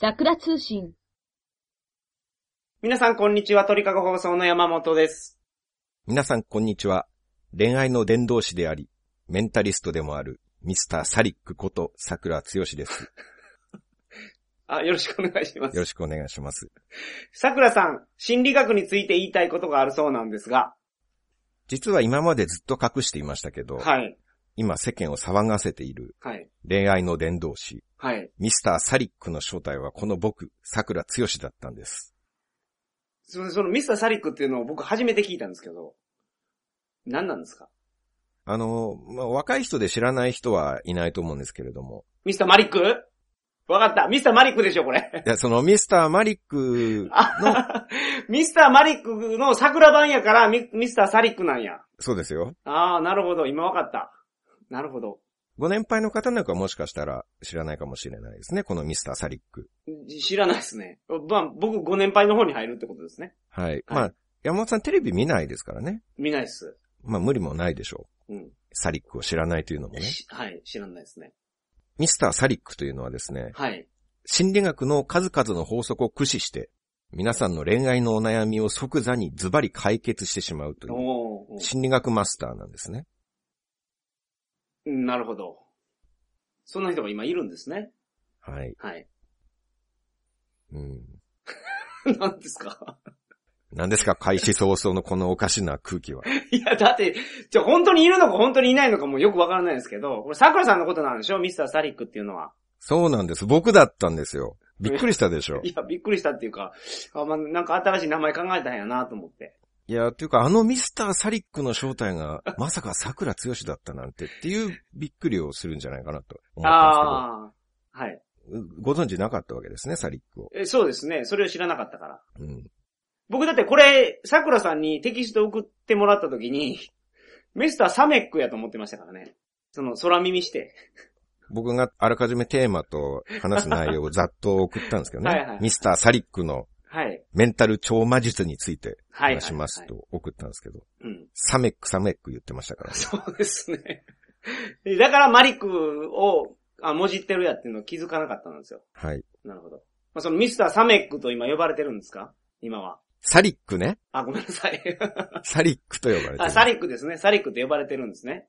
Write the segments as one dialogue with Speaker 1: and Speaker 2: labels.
Speaker 1: ラクダ通信。
Speaker 2: 皆さんこんにちは、鳥かご放送の山本です。
Speaker 3: 皆さんこんにちは。恋愛の伝道師であり、メンタリストでもある、ミスターサリックこと桜剛です。よ
Speaker 2: あ、よろしくお願いします。
Speaker 3: ろしくお願いします。
Speaker 2: 桜さん、心理学について言いたいことがあるそうなんですが、
Speaker 3: 実は今までずっと隠していましたけど、
Speaker 2: はい、
Speaker 3: 今世間を騒がせている
Speaker 2: はい、
Speaker 3: 恋愛の伝道師、
Speaker 2: はい。
Speaker 3: ミスターサリックの正体はこの僕、桜剛だったんです。
Speaker 2: その、そのミスターサリックっていうのを僕初めて聞いたんですけど、何なんですか
Speaker 3: あの、まあ、若い人で知らない人はいないと思うんですけれども、
Speaker 2: ミスターマリックわかった。ミスターマリックでしょ、これ。
Speaker 3: いや、そのミスターマリック、
Speaker 2: あ ミスターマリックの桜版やからミミスターサリックなんや。
Speaker 3: そうですよ。
Speaker 2: ああ、なるほど。今わかった。なるほど。
Speaker 3: ご年配の方なんかもしかしたら知らないかもしれないですね、このミスターサリック。
Speaker 2: じ知らないですね。まあ、僕5年配の方に入るってことですね。
Speaker 3: はい。まあ、山本さんテレビ見ないですからね。
Speaker 2: 見ないっす。
Speaker 3: まあ無理もないでしょう。
Speaker 2: うん
Speaker 3: サリックを知らないというのもね。
Speaker 2: しはい、知らないですね。
Speaker 3: ミスターサリックというのはですね、
Speaker 2: はい。
Speaker 3: 心理学の数々の法則を駆使して、皆さんの恋愛のお悩みを即座にズバリ解決してしまうという、
Speaker 2: おーおー
Speaker 3: 心理学マスターなんですね。
Speaker 2: うんなるほど。そんな人が今いるんですね。
Speaker 3: はい。
Speaker 2: はい。
Speaker 3: うん。
Speaker 2: 何ですか
Speaker 3: 何ですか開始早々のこのおかしな空気は。
Speaker 2: いや、だって、じゃ本当にいるのか本当にいないのかもよくわからないですけど、これ桜さんのことなんでしょミスターサリックっていうのは。
Speaker 3: そうなんです。僕だったんですよ。びっくりしたでしょ。
Speaker 2: いや、びっくりしたっていうか、あまあ、なんか新しい名前考えたんやなと思って。
Speaker 3: いや、というかあのミスターサリックの正 体がまさか桜剛だったなんてっていうびっくりをするんじゃないかなと思ったん
Speaker 2: ああー、はい。
Speaker 3: ですけど、ご存知なかったわけですね、サリックを。
Speaker 2: え、そうですね。それを知らなかったから。
Speaker 3: うん。
Speaker 2: 僕だってこれ、桜さんにテキスト送ってもらった時に、ミスターサメックやと思ってましたからね。その、空耳して。
Speaker 3: 僕があらかじめテーマと話す内容をざっと送ったんですけどね。
Speaker 2: はいはい
Speaker 3: ミスターサリックの
Speaker 2: はい。
Speaker 3: メンタル超魔術について
Speaker 2: はい、はい。
Speaker 3: 話しますと送ったんですけど、
Speaker 2: うん。
Speaker 3: サメックサメック言ってましたから、ね。
Speaker 2: そうですね。だからマリックを、あ、もじってるやっていうのを気づかなかったんですよ。
Speaker 3: はい。
Speaker 2: なるほど。まあ、そのミスターサメックと今呼ばれてるんですか今は。
Speaker 3: サリックね。
Speaker 2: あ、ごめんなさい。
Speaker 3: サリックと呼ばれてる。
Speaker 2: あ、サリックですね。サリックって呼ばれてるんですね。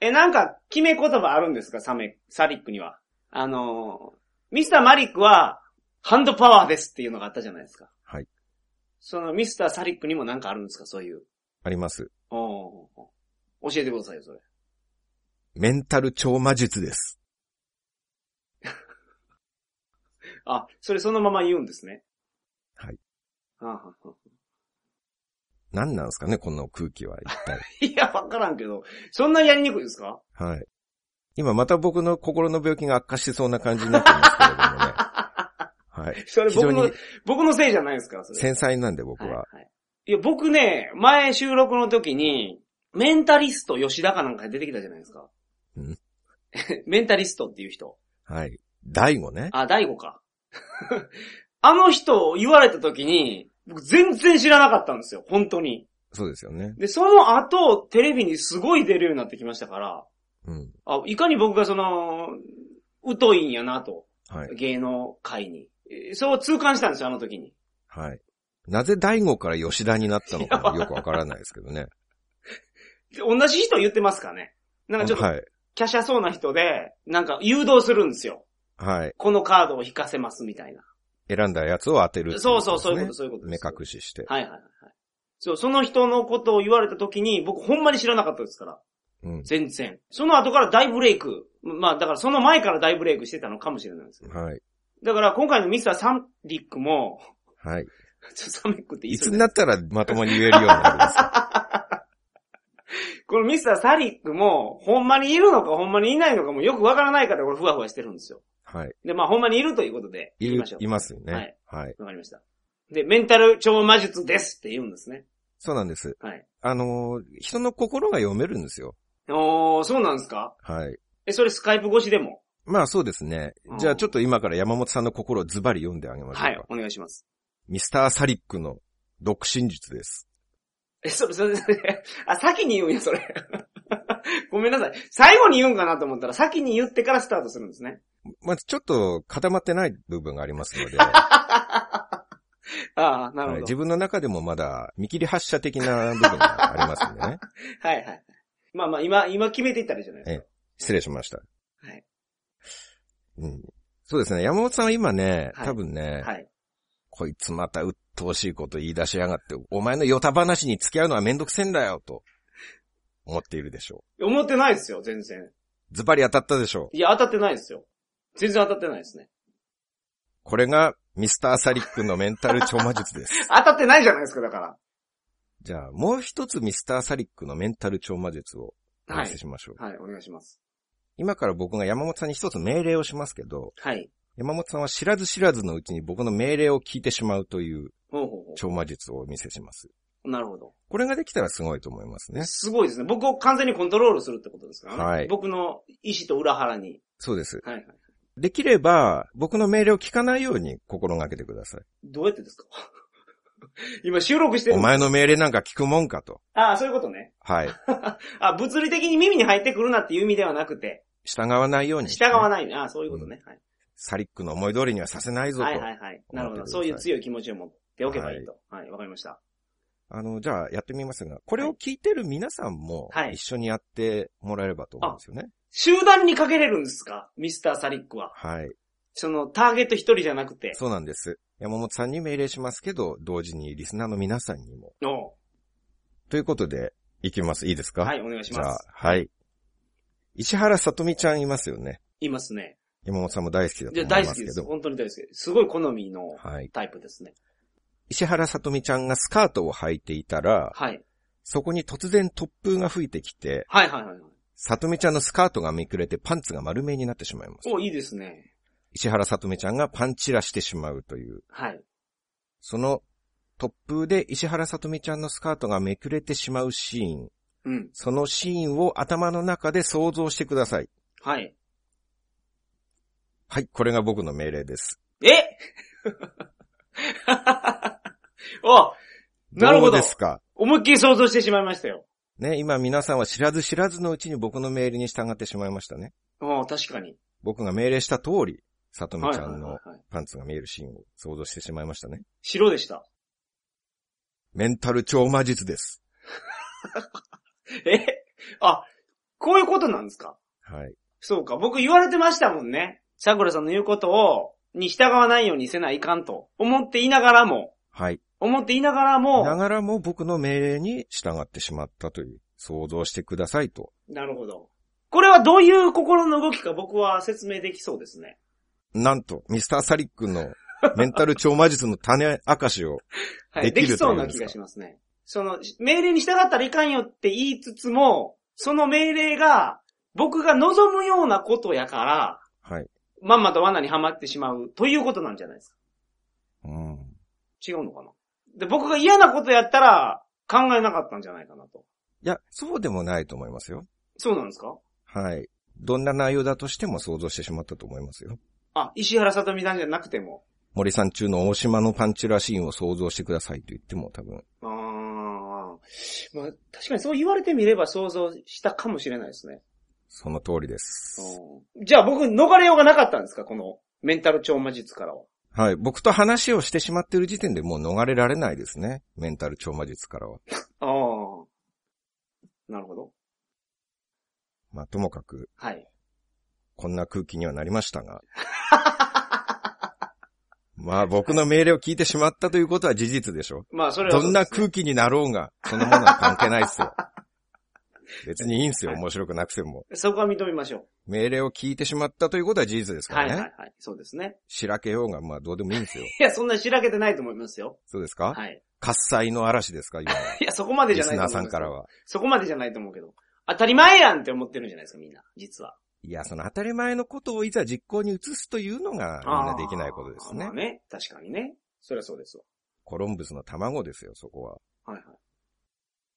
Speaker 2: え、なんか、決め言葉あるんですかサメ、サリックには。あのー、ミスターマリックは、ハンドパワーですっていうのがあったじゃないですか。
Speaker 3: はい。
Speaker 2: そのミスターサリックにもなんかあるんですかそういう。
Speaker 3: あります。
Speaker 2: おー教えてくださいよ、それ。
Speaker 3: メンタル超魔術です。
Speaker 2: あ、それそのまま言うんですね。
Speaker 3: はい。
Speaker 2: あはは
Speaker 3: 何なんですかね、この空気は一体。
Speaker 2: いや、わからんけど、そんなやりにくいですか
Speaker 3: はい。今また僕の心の病気が悪化しそうな感じになってますけれどもね。 はい。
Speaker 2: それ
Speaker 3: 非常
Speaker 2: 僕の
Speaker 3: に、
Speaker 2: 僕のせいじゃないですかそれ
Speaker 3: 繊細なんで僕は。
Speaker 2: いい。いや、僕ね、前収録の時に、メンタリスト吉田かなんか出てきたじゃないですか。
Speaker 3: うん
Speaker 2: メンタリストっていう人。
Speaker 3: はい。大悟ね。
Speaker 2: あ、大悟か。 あの人を言われた時に、僕全然知らなかったんですよ、本当に。
Speaker 3: そうですよね。
Speaker 2: で、その後、テレビにすごい出るようになってきましたから、
Speaker 3: うん。
Speaker 2: あ、いかに僕がその、疎いんやなと、
Speaker 3: はい。
Speaker 2: 芸能界に。えそう痛感したんですよ、あの時に。
Speaker 3: はい。なぜ大悟から吉田になったのかもよくわからないですけどね。
Speaker 2: で同じ人言ってますかねなんかちょっと
Speaker 3: はい。
Speaker 2: 華奢そうな人で、なんか誘導するんですよ。
Speaker 3: はい。
Speaker 2: このカードを引かせますみたいな。
Speaker 3: 選んだやつを当てるってい
Speaker 2: そう
Speaker 3: こと
Speaker 2: そう、そういうこ
Speaker 3: で
Speaker 2: と、
Speaker 3: す
Speaker 2: そ
Speaker 3: ね
Speaker 2: ういうこと
Speaker 3: 目
Speaker 2: です。
Speaker 3: 隠しして。
Speaker 2: はいはいはい。そう、その人のことを言われた時に、僕ほんまに知らなかったですから。
Speaker 3: うん。
Speaker 2: 全然。その後から大ブレイク。まあだからその前から大ブレイクしてたのかもしれないですけど。
Speaker 3: はい。
Speaker 2: だから今回のミスターサンリックも、
Speaker 3: はい。
Speaker 2: ちょサンリックって言い
Speaker 3: い
Speaker 2: そ
Speaker 3: つ
Speaker 2: うだ
Speaker 3: になったらまともに言えるようになるん ですか
Speaker 2: このミスターサリックも、ほんまにいるのかほんまにいないのかもよくわからないからこれふわふわしてるんですよ。
Speaker 3: はい。
Speaker 2: で、まあほんまにいるということで、
Speaker 3: い
Speaker 2: 言い
Speaker 3: る
Speaker 2: ましょ、う。
Speaker 3: いますよ
Speaker 2: は
Speaker 3: ね
Speaker 2: い。
Speaker 3: はい。
Speaker 2: わかりました。で、メンタル超魔術ですって言うんですね。
Speaker 3: そうなんです。
Speaker 2: はい。
Speaker 3: あのー、人の心が読めるんですよ。
Speaker 2: おー、そうなんですか
Speaker 3: はい。
Speaker 2: え、それスカイプ越しでも
Speaker 3: まあそうですね
Speaker 2: うん。
Speaker 3: じゃあちょっと今から山本さんの心をズバリ読んであげましょうか。
Speaker 2: はい、お願いします。
Speaker 3: ミスターサリックの独身術です。
Speaker 2: え、それ、それ、それ、あ、先に言うんや、それ。 ごめんなさい。最後に言うんかなと思ったら、先に言ってからスタートするんですね。
Speaker 3: まずちょっと固まってない部分があります ので、
Speaker 2: ああ、なる
Speaker 3: はい
Speaker 2: ほ
Speaker 3: 自
Speaker 2: ど。
Speaker 3: 分の中でもまだ見切り発車的な部分がありますん でね。
Speaker 2: はいはい。まあまあ、今、今決めていったらいいじゃないですか。
Speaker 3: 失礼しました。
Speaker 2: はい
Speaker 3: うん。そうですね。山本さんは今ね、
Speaker 2: はい
Speaker 3: 多分ね、
Speaker 2: はい。
Speaker 3: こいつまた鬱陶しいこと言い出しやがって、お前のヨタ話に付き合うのはめんどくせえんだよ、と思っているでしょ
Speaker 2: 思ってないですよ、全然。
Speaker 3: う。ズバリ当たったでしょう。
Speaker 2: いや、当たってないですよ。全然当たってないですね。
Speaker 3: これがミスターサリックのメンタル超魔術 です。
Speaker 2: 当たってないじゃないですか、だか
Speaker 3: じゃあ、もう一つミスターサリックのメンタル超魔術をお
Speaker 2: ら。は
Speaker 3: 見
Speaker 2: い
Speaker 3: せ。しましょう。
Speaker 2: はい、お願いします。
Speaker 3: 今から僕が山本さんに一つ命令をしますけど、
Speaker 2: はい。
Speaker 3: 山本さんは知らず知らずのうちに僕の命令を聞いてしまうという
Speaker 2: ほうほうほ
Speaker 3: 超魔術をお見せします。
Speaker 2: う。なるほど。
Speaker 3: これができたらすごいと思いますね。
Speaker 2: すごいですね。僕を完全にコントロールするってことですからね。
Speaker 3: はい
Speaker 2: 僕の意思と裏腹に。
Speaker 3: そうです。
Speaker 2: はいはい。
Speaker 3: できれば、僕の命令を聞かないように心がけてください。
Speaker 2: どうやってですか 今収録してる
Speaker 3: お前の命令なんか聞くもんかと。
Speaker 2: ああ、そういうことね。
Speaker 3: はい。
Speaker 2: あ、物理的に耳に入ってくるなっていう意味ではなくて、
Speaker 3: 従わないように。
Speaker 2: 従わないね。ああ、そういうことね。はい。
Speaker 3: サリックの思い通りにはさせないぞと。
Speaker 2: はいはいはい。なるほど。そういう強い気持ちを持っておけばいいと。はい、わ、かりました。
Speaker 3: あの、じゃあやってみますが、これを聞いてる皆さんも
Speaker 2: はい
Speaker 3: 一緒にやってもらえればと思うんですよね。
Speaker 2: 集団にかけれるんですかミスターサリックは。
Speaker 3: はい。
Speaker 2: その、ターゲット一人じゃなくて。
Speaker 3: そうなんです。山本さんに命令しますけど、同時にリスナーの皆さんにも。
Speaker 2: お
Speaker 3: ということで、いきます。いいですか
Speaker 2: はい、お願いし
Speaker 3: じゃ
Speaker 2: ま
Speaker 3: あ
Speaker 2: す。、
Speaker 3: はい。石原さとみちゃんいますよね。
Speaker 2: いますね。
Speaker 3: 山本さんも大好きだ
Speaker 2: じ
Speaker 3: と
Speaker 2: ゃあ
Speaker 3: 思い
Speaker 2: 大
Speaker 3: ま
Speaker 2: 好
Speaker 3: す
Speaker 2: き
Speaker 3: け
Speaker 2: で
Speaker 3: ど。
Speaker 2: す。本当に大好きです。すごい好みの
Speaker 3: はい。
Speaker 2: タイプですね。
Speaker 3: 石原さとみちゃんがスカートを履いていたら、
Speaker 2: はい。
Speaker 3: そこに突然突風が吹いてきて、
Speaker 2: はいはいはいはい。
Speaker 3: さとみちゃんのスカートがめくれてパンツが丸めになってしまいます。
Speaker 2: お、いいですね。
Speaker 3: 石原さとみちゃんがパンチラしてしまうという、
Speaker 2: はい。
Speaker 3: その突風で石原さとみちゃんのスカートがめくれてしまうシーン、
Speaker 2: うん。
Speaker 3: そのシーンを頭の中で想像してください。
Speaker 2: はい。
Speaker 3: はい、これが僕の命令です。
Speaker 2: え お、なるほど
Speaker 3: うですか
Speaker 2: 思いっきり想像してしまいましたよ。
Speaker 3: ね、今皆さんは知らず知らずのうちに僕の命令に従ってしまいましたね。
Speaker 2: お確かに。
Speaker 3: 僕が命令した通り、さとみちゃんの
Speaker 2: いはい。
Speaker 3: パンツが見えるシーンを想像してしまいましたね。
Speaker 2: 白でした。
Speaker 3: メンタル超魔術です。
Speaker 2: えあ、こういうことなんですか
Speaker 3: はい。
Speaker 2: そうか。僕言われてましたもんね。桜さんの言うことを、に従わないようにせないかんと。思っていながらも、
Speaker 3: はい。
Speaker 2: 思っていながら
Speaker 3: な
Speaker 2: も、
Speaker 3: がらも僕の命令に従ってしまったという、想像してくださいと。
Speaker 2: なるほど。これはどういう心の動きか僕は説明できそうですね。
Speaker 3: なんと、ミスターサリックのメンタル超魔術の種明かしを、
Speaker 2: はい。
Speaker 3: で
Speaker 2: で
Speaker 3: きる
Speaker 2: きそうな気がしますね。その、命令に従ったらいかんよって言いつつも、その命令が、僕が望むようなことやから、
Speaker 3: はい。
Speaker 2: まんまと罠にはまってしまうということなんじゃないですか。
Speaker 3: うん。
Speaker 2: 違うのかなで、僕が嫌なことやったら考えなかったんじゃないかなと。
Speaker 3: いや、そうでもないと思いますよ。
Speaker 2: そうなんですか
Speaker 3: はい。どんな内容だとしても想像してしまったと思いますよ。
Speaker 2: あ、石原さとみさんじゃなくても。
Speaker 3: 森さん中の大島のパンチラシーンを想像してくださいと言っても多分、
Speaker 2: あーまあ、確かにそう言われてみれば想像したかもしれないですね。
Speaker 3: その通りです。
Speaker 2: うんじゃあ僕逃れようがなかったんですかこのメンタル超魔術からは。
Speaker 3: はい。僕と話をしてしまっている時点でもう逃れられないですね。メンタル超魔術からは。
Speaker 2: ああ。なるほど。
Speaker 3: まあ、ともかく、
Speaker 2: はい。
Speaker 3: こんな空気にはなりましたが。まあ、僕の命令を聞いてしまったということは事実でしょ。
Speaker 2: まあそれは
Speaker 3: ど
Speaker 2: そ
Speaker 3: ん
Speaker 2: うで
Speaker 3: な
Speaker 2: すね、
Speaker 3: 空気になろうが、そのものは関係ないっす よ。別にいいんすよ。面白くなくても。
Speaker 2: そこは認めましょ
Speaker 3: 命令を聞いてしまったということは事実です
Speaker 2: う。
Speaker 3: か
Speaker 2: はい
Speaker 3: らね。
Speaker 2: はいはい。そうですね。
Speaker 3: しらけようが、まあ、どうでもいいんですよ。
Speaker 2: いや、そんなにしらけてないと思いますよ。
Speaker 3: そうですか
Speaker 2: はい。
Speaker 3: 喝采の嵐ですか今は。
Speaker 2: いや、そこまでじ
Speaker 3: リ
Speaker 2: ゃな
Speaker 3: ス
Speaker 2: いと思い
Speaker 3: ナー
Speaker 2: ます
Speaker 3: さんからは。
Speaker 2: そこまでじゃないと思うけど。当たり前やんって思ってるんじゃないですか、みんな。実は。
Speaker 3: いや、その当たり前のことをいざ実行に移すというのが、みんなできないことです
Speaker 2: あ
Speaker 3: ね
Speaker 2: ーまあ。ね。確かにね。そりゃそうですわ。
Speaker 3: コロンブスの卵ですよ、そこは。
Speaker 2: はいはい。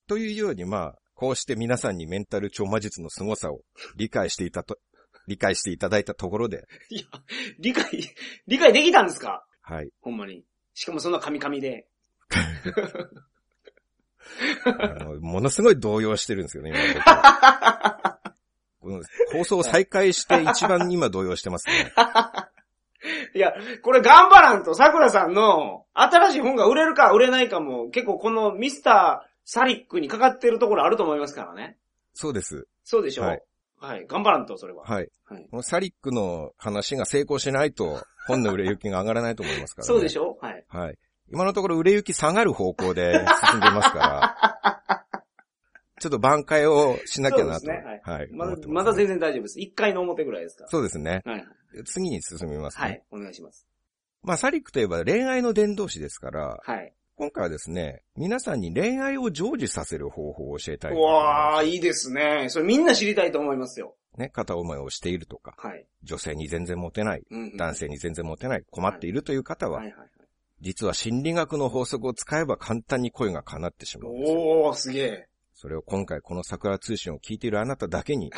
Speaker 3: というように、まあ、こうして皆さんにメンタル超魔術の凄さを理解していたと、理解していただいたところで、
Speaker 2: いや、理解、 理解できたんですか
Speaker 3: はい。
Speaker 2: ほんまに。しかもそんな神々で。
Speaker 3: あの、ものすごい動揺してるんですよね、今僕。うん放送再開して一番今動揺してますね。
Speaker 2: いや、これ頑張らんと、桜さんの新しい本が売れるか売れないかも、結構このミスターサリックにかかってるところあると思いますからね。
Speaker 3: そうです。
Speaker 2: そうでしょ
Speaker 3: は
Speaker 2: はいい。頑張らんと、それは。
Speaker 3: はい。
Speaker 2: はい
Speaker 3: このサリックの話が成功しないと、本の売れ行きが上がらないと思いますからね。
Speaker 2: そうでしょはい。
Speaker 3: はい。今のところ売れ行き下がる方向で進んでますから、 ちょっと挽回をしなきゃなと。
Speaker 2: そうですね
Speaker 3: はい。
Speaker 2: ま
Speaker 3: 思
Speaker 2: だ
Speaker 3: っ、て
Speaker 2: ま
Speaker 3: ます
Speaker 2: だ全然大丈夫です。一回の表ぐらいですから。
Speaker 3: そうですね。
Speaker 2: はい。
Speaker 3: 次に進みますね。
Speaker 2: はい。お願いします。
Speaker 3: まあ、サリックといえば恋愛の伝道師ですから、
Speaker 2: はい。
Speaker 3: 今回はですね、皆さんに恋愛を成就させる方法を教えたいな
Speaker 2: う
Speaker 3: と思いま
Speaker 2: わー、いいですね。それみんな知りたいと思いますよ。
Speaker 3: す。ね、片思いをしているとか、
Speaker 2: はい。
Speaker 3: 女性に全然モテない、
Speaker 2: うんうん
Speaker 3: 男性に全然モテない、困っているという方
Speaker 2: は
Speaker 3: は、
Speaker 2: いはいはい。
Speaker 3: 実は心理学の法則を使えば簡単に恋が叶ってしまうんですよ。
Speaker 2: おー、すげえ。
Speaker 3: それを今回この桜通信を聞いているあなただけ に、こ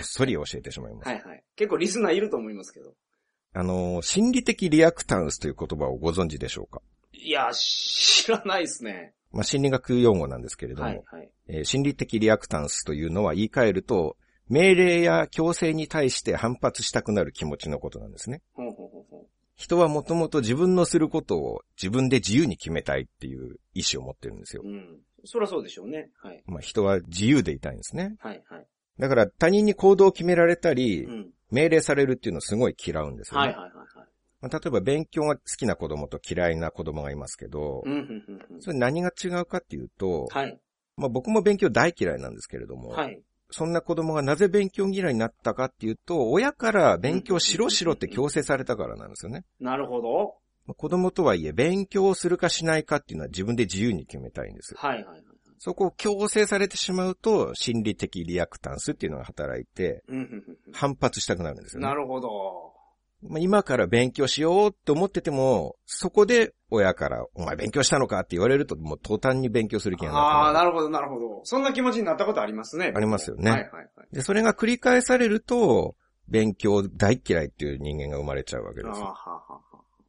Speaker 3: っそり教えてしまいます。
Speaker 2: はいはい。結構リスナーいると思いますけど。
Speaker 3: あのー、心理的リアクタンスという言葉をご存知でしょうか
Speaker 2: いや、知らないですね。
Speaker 3: まあ、心理学用語なんですけれども、
Speaker 2: はいはい。
Speaker 3: えー心理的リアクタンスというのは言い換えると、命令や強制に対して反発したくなる気持ちのことなんですね。
Speaker 2: ほうほうほうほう。
Speaker 3: 人はもともと自分のすることを自分で自由に決めたいっていう意思を持ってるんですよ。
Speaker 2: うん。そりゃそうでしょうね。はい。
Speaker 3: まあ、人は自由でいたいんですね。
Speaker 2: はいはい。
Speaker 3: だから他人に行動を決められたり、
Speaker 2: うん。
Speaker 3: 命令されるっていうのをすごい嫌うんですよ、ね。
Speaker 2: はいはいはいはい。
Speaker 3: まあ、例えば勉強が好きな子供と嫌いな子供がいますけど、
Speaker 2: うん、うん、うんうん。
Speaker 3: それ何が違うかっていうと、
Speaker 2: はい。
Speaker 3: まあ僕も勉強大嫌いなんですけれども、
Speaker 2: はい。
Speaker 3: そんな子供がなぜ勉強嫌いになったかっていうと、親から勉強しろしろって強制されたからなんですよね。
Speaker 2: なるほど。
Speaker 3: まあ子供とはいえ勉強をするかしないかっていうのは自分で自由に決めたいんです。
Speaker 2: はいはいはい。
Speaker 3: そこを強制されてしまうと、心理的リアクタンスっていうのが働いて、
Speaker 2: うん、うん、う
Speaker 3: 反発したくなるんです
Speaker 2: ん。
Speaker 3: よ
Speaker 2: な。
Speaker 3: ね
Speaker 2: るほど。
Speaker 3: まあ、今から勉強しようって思ってても、そこで親から、お前勉強したのかって言われると、もう途端に勉強する気がなく
Speaker 2: ああ、
Speaker 3: な
Speaker 2: な
Speaker 3: る。
Speaker 2: るほど、なるほど。そんな気持ちになったことありますね。
Speaker 3: ありますよね
Speaker 2: はいはいはい。
Speaker 3: で、それが繰り返されると、勉強大嫌いっていう人間が生まれちゃうわけ
Speaker 2: あ
Speaker 3: で
Speaker 2: あ、
Speaker 3: す
Speaker 2: は
Speaker 3: よ。
Speaker 2: はは。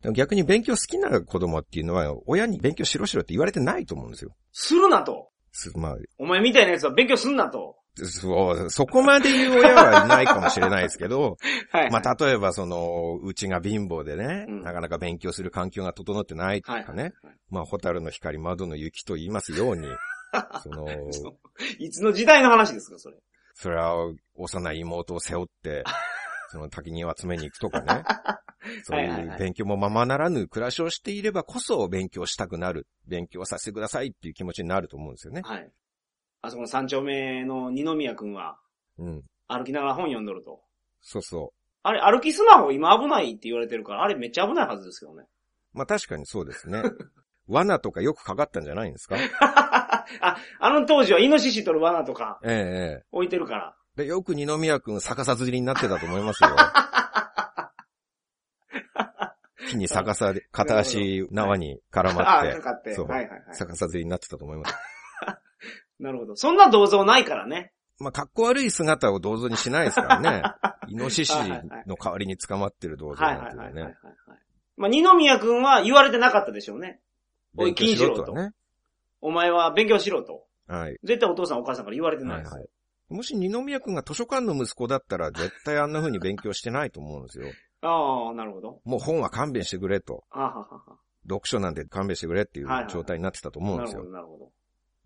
Speaker 3: でも逆に勉強好きな子供っていうのは、親に勉強しろしろって言われてないと思うんですよ。
Speaker 2: するなと。
Speaker 3: すまあ、
Speaker 2: お前みたいなやつは勉強すんなと。
Speaker 3: そう、そこまで言う親はいないかもしれないですけど、
Speaker 2: はい。
Speaker 3: まあ、例えばその、うちが貧乏でね、
Speaker 2: うん
Speaker 3: なかなか勉強する環境が整ってないと
Speaker 2: はい。
Speaker 3: かね、。まあ、ホタルの光、窓の雪と言いますように、そ の、
Speaker 2: いつの時代の話ですか、それ。
Speaker 3: それは幼い妹を背負って、 その滝に集めに行くとかね。そう
Speaker 2: はいはい
Speaker 3: い
Speaker 2: は
Speaker 3: う
Speaker 2: い
Speaker 3: 勉強もままならぬ暮らしをしていればこそ勉強したくなる、勉強させてくださいっていう気持ちになると思うんですよね。
Speaker 2: はい。あそこの三丁目の二宮くんは、
Speaker 3: うん。
Speaker 2: 歩きながら本読んどると。
Speaker 3: そうそ
Speaker 2: あれ、歩きスマホ今危ないって言われてるから、あれめっちゃ危ないはずですけどね。
Speaker 3: う。まあ確かにそうですね。 罠とかよくかかったんじゃない んですかえ
Speaker 2: あ、あの当時はイノシシ取る罠とか
Speaker 3: えええ
Speaker 2: 置いてるから。
Speaker 3: で、よく二宮くん逆さ釣りになってたと思いま すよ。木に逆さで、片足縄に絡ま
Speaker 2: あ
Speaker 3: っ
Speaker 2: あ、か
Speaker 3: て、
Speaker 2: かって。
Speaker 3: そう
Speaker 2: はいはいはい。
Speaker 3: 逆さ釣りになってたと思います。
Speaker 2: なるほど。そんな銅像ないからね。
Speaker 3: まあ、格好悪い姿を銅像にしないですか らね。イノシシの代わりに捕まってる銅像
Speaker 2: はい
Speaker 3: なん
Speaker 2: は
Speaker 3: て
Speaker 2: い
Speaker 3: いうの
Speaker 2: はい
Speaker 3: は
Speaker 2: はいはい
Speaker 3: ね。。
Speaker 2: まあ、二宮くんは言われてなかったでしょうね。はいはいはいはい
Speaker 3: 勉強しろとはね。
Speaker 2: お前は勉強しろと。
Speaker 3: はい。
Speaker 2: 絶対お父さんお母さんから言われてない
Speaker 3: は
Speaker 2: で
Speaker 3: い
Speaker 2: す。
Speaker 3: はい。もし二宮くんが図書館の息子だったら絶対あんな風に勉強してないと思うんですよ。
Speaker 2: ああ、なるほど。
Speaker 3: もう本は勘弁してくれと。
Speaker 2: あははは
Speaker 3: 読書なんて勘弁してくれっていう
Speaker 2: はいはい
Speaker 3: 状態になってたと思うん
Speaker 2: な
Speaker 3: で
Speaker 2: る
Speaker 3: す
Speaker 2: ほ
Speaker 3: よ。
Speaker 2: ど、なるほど。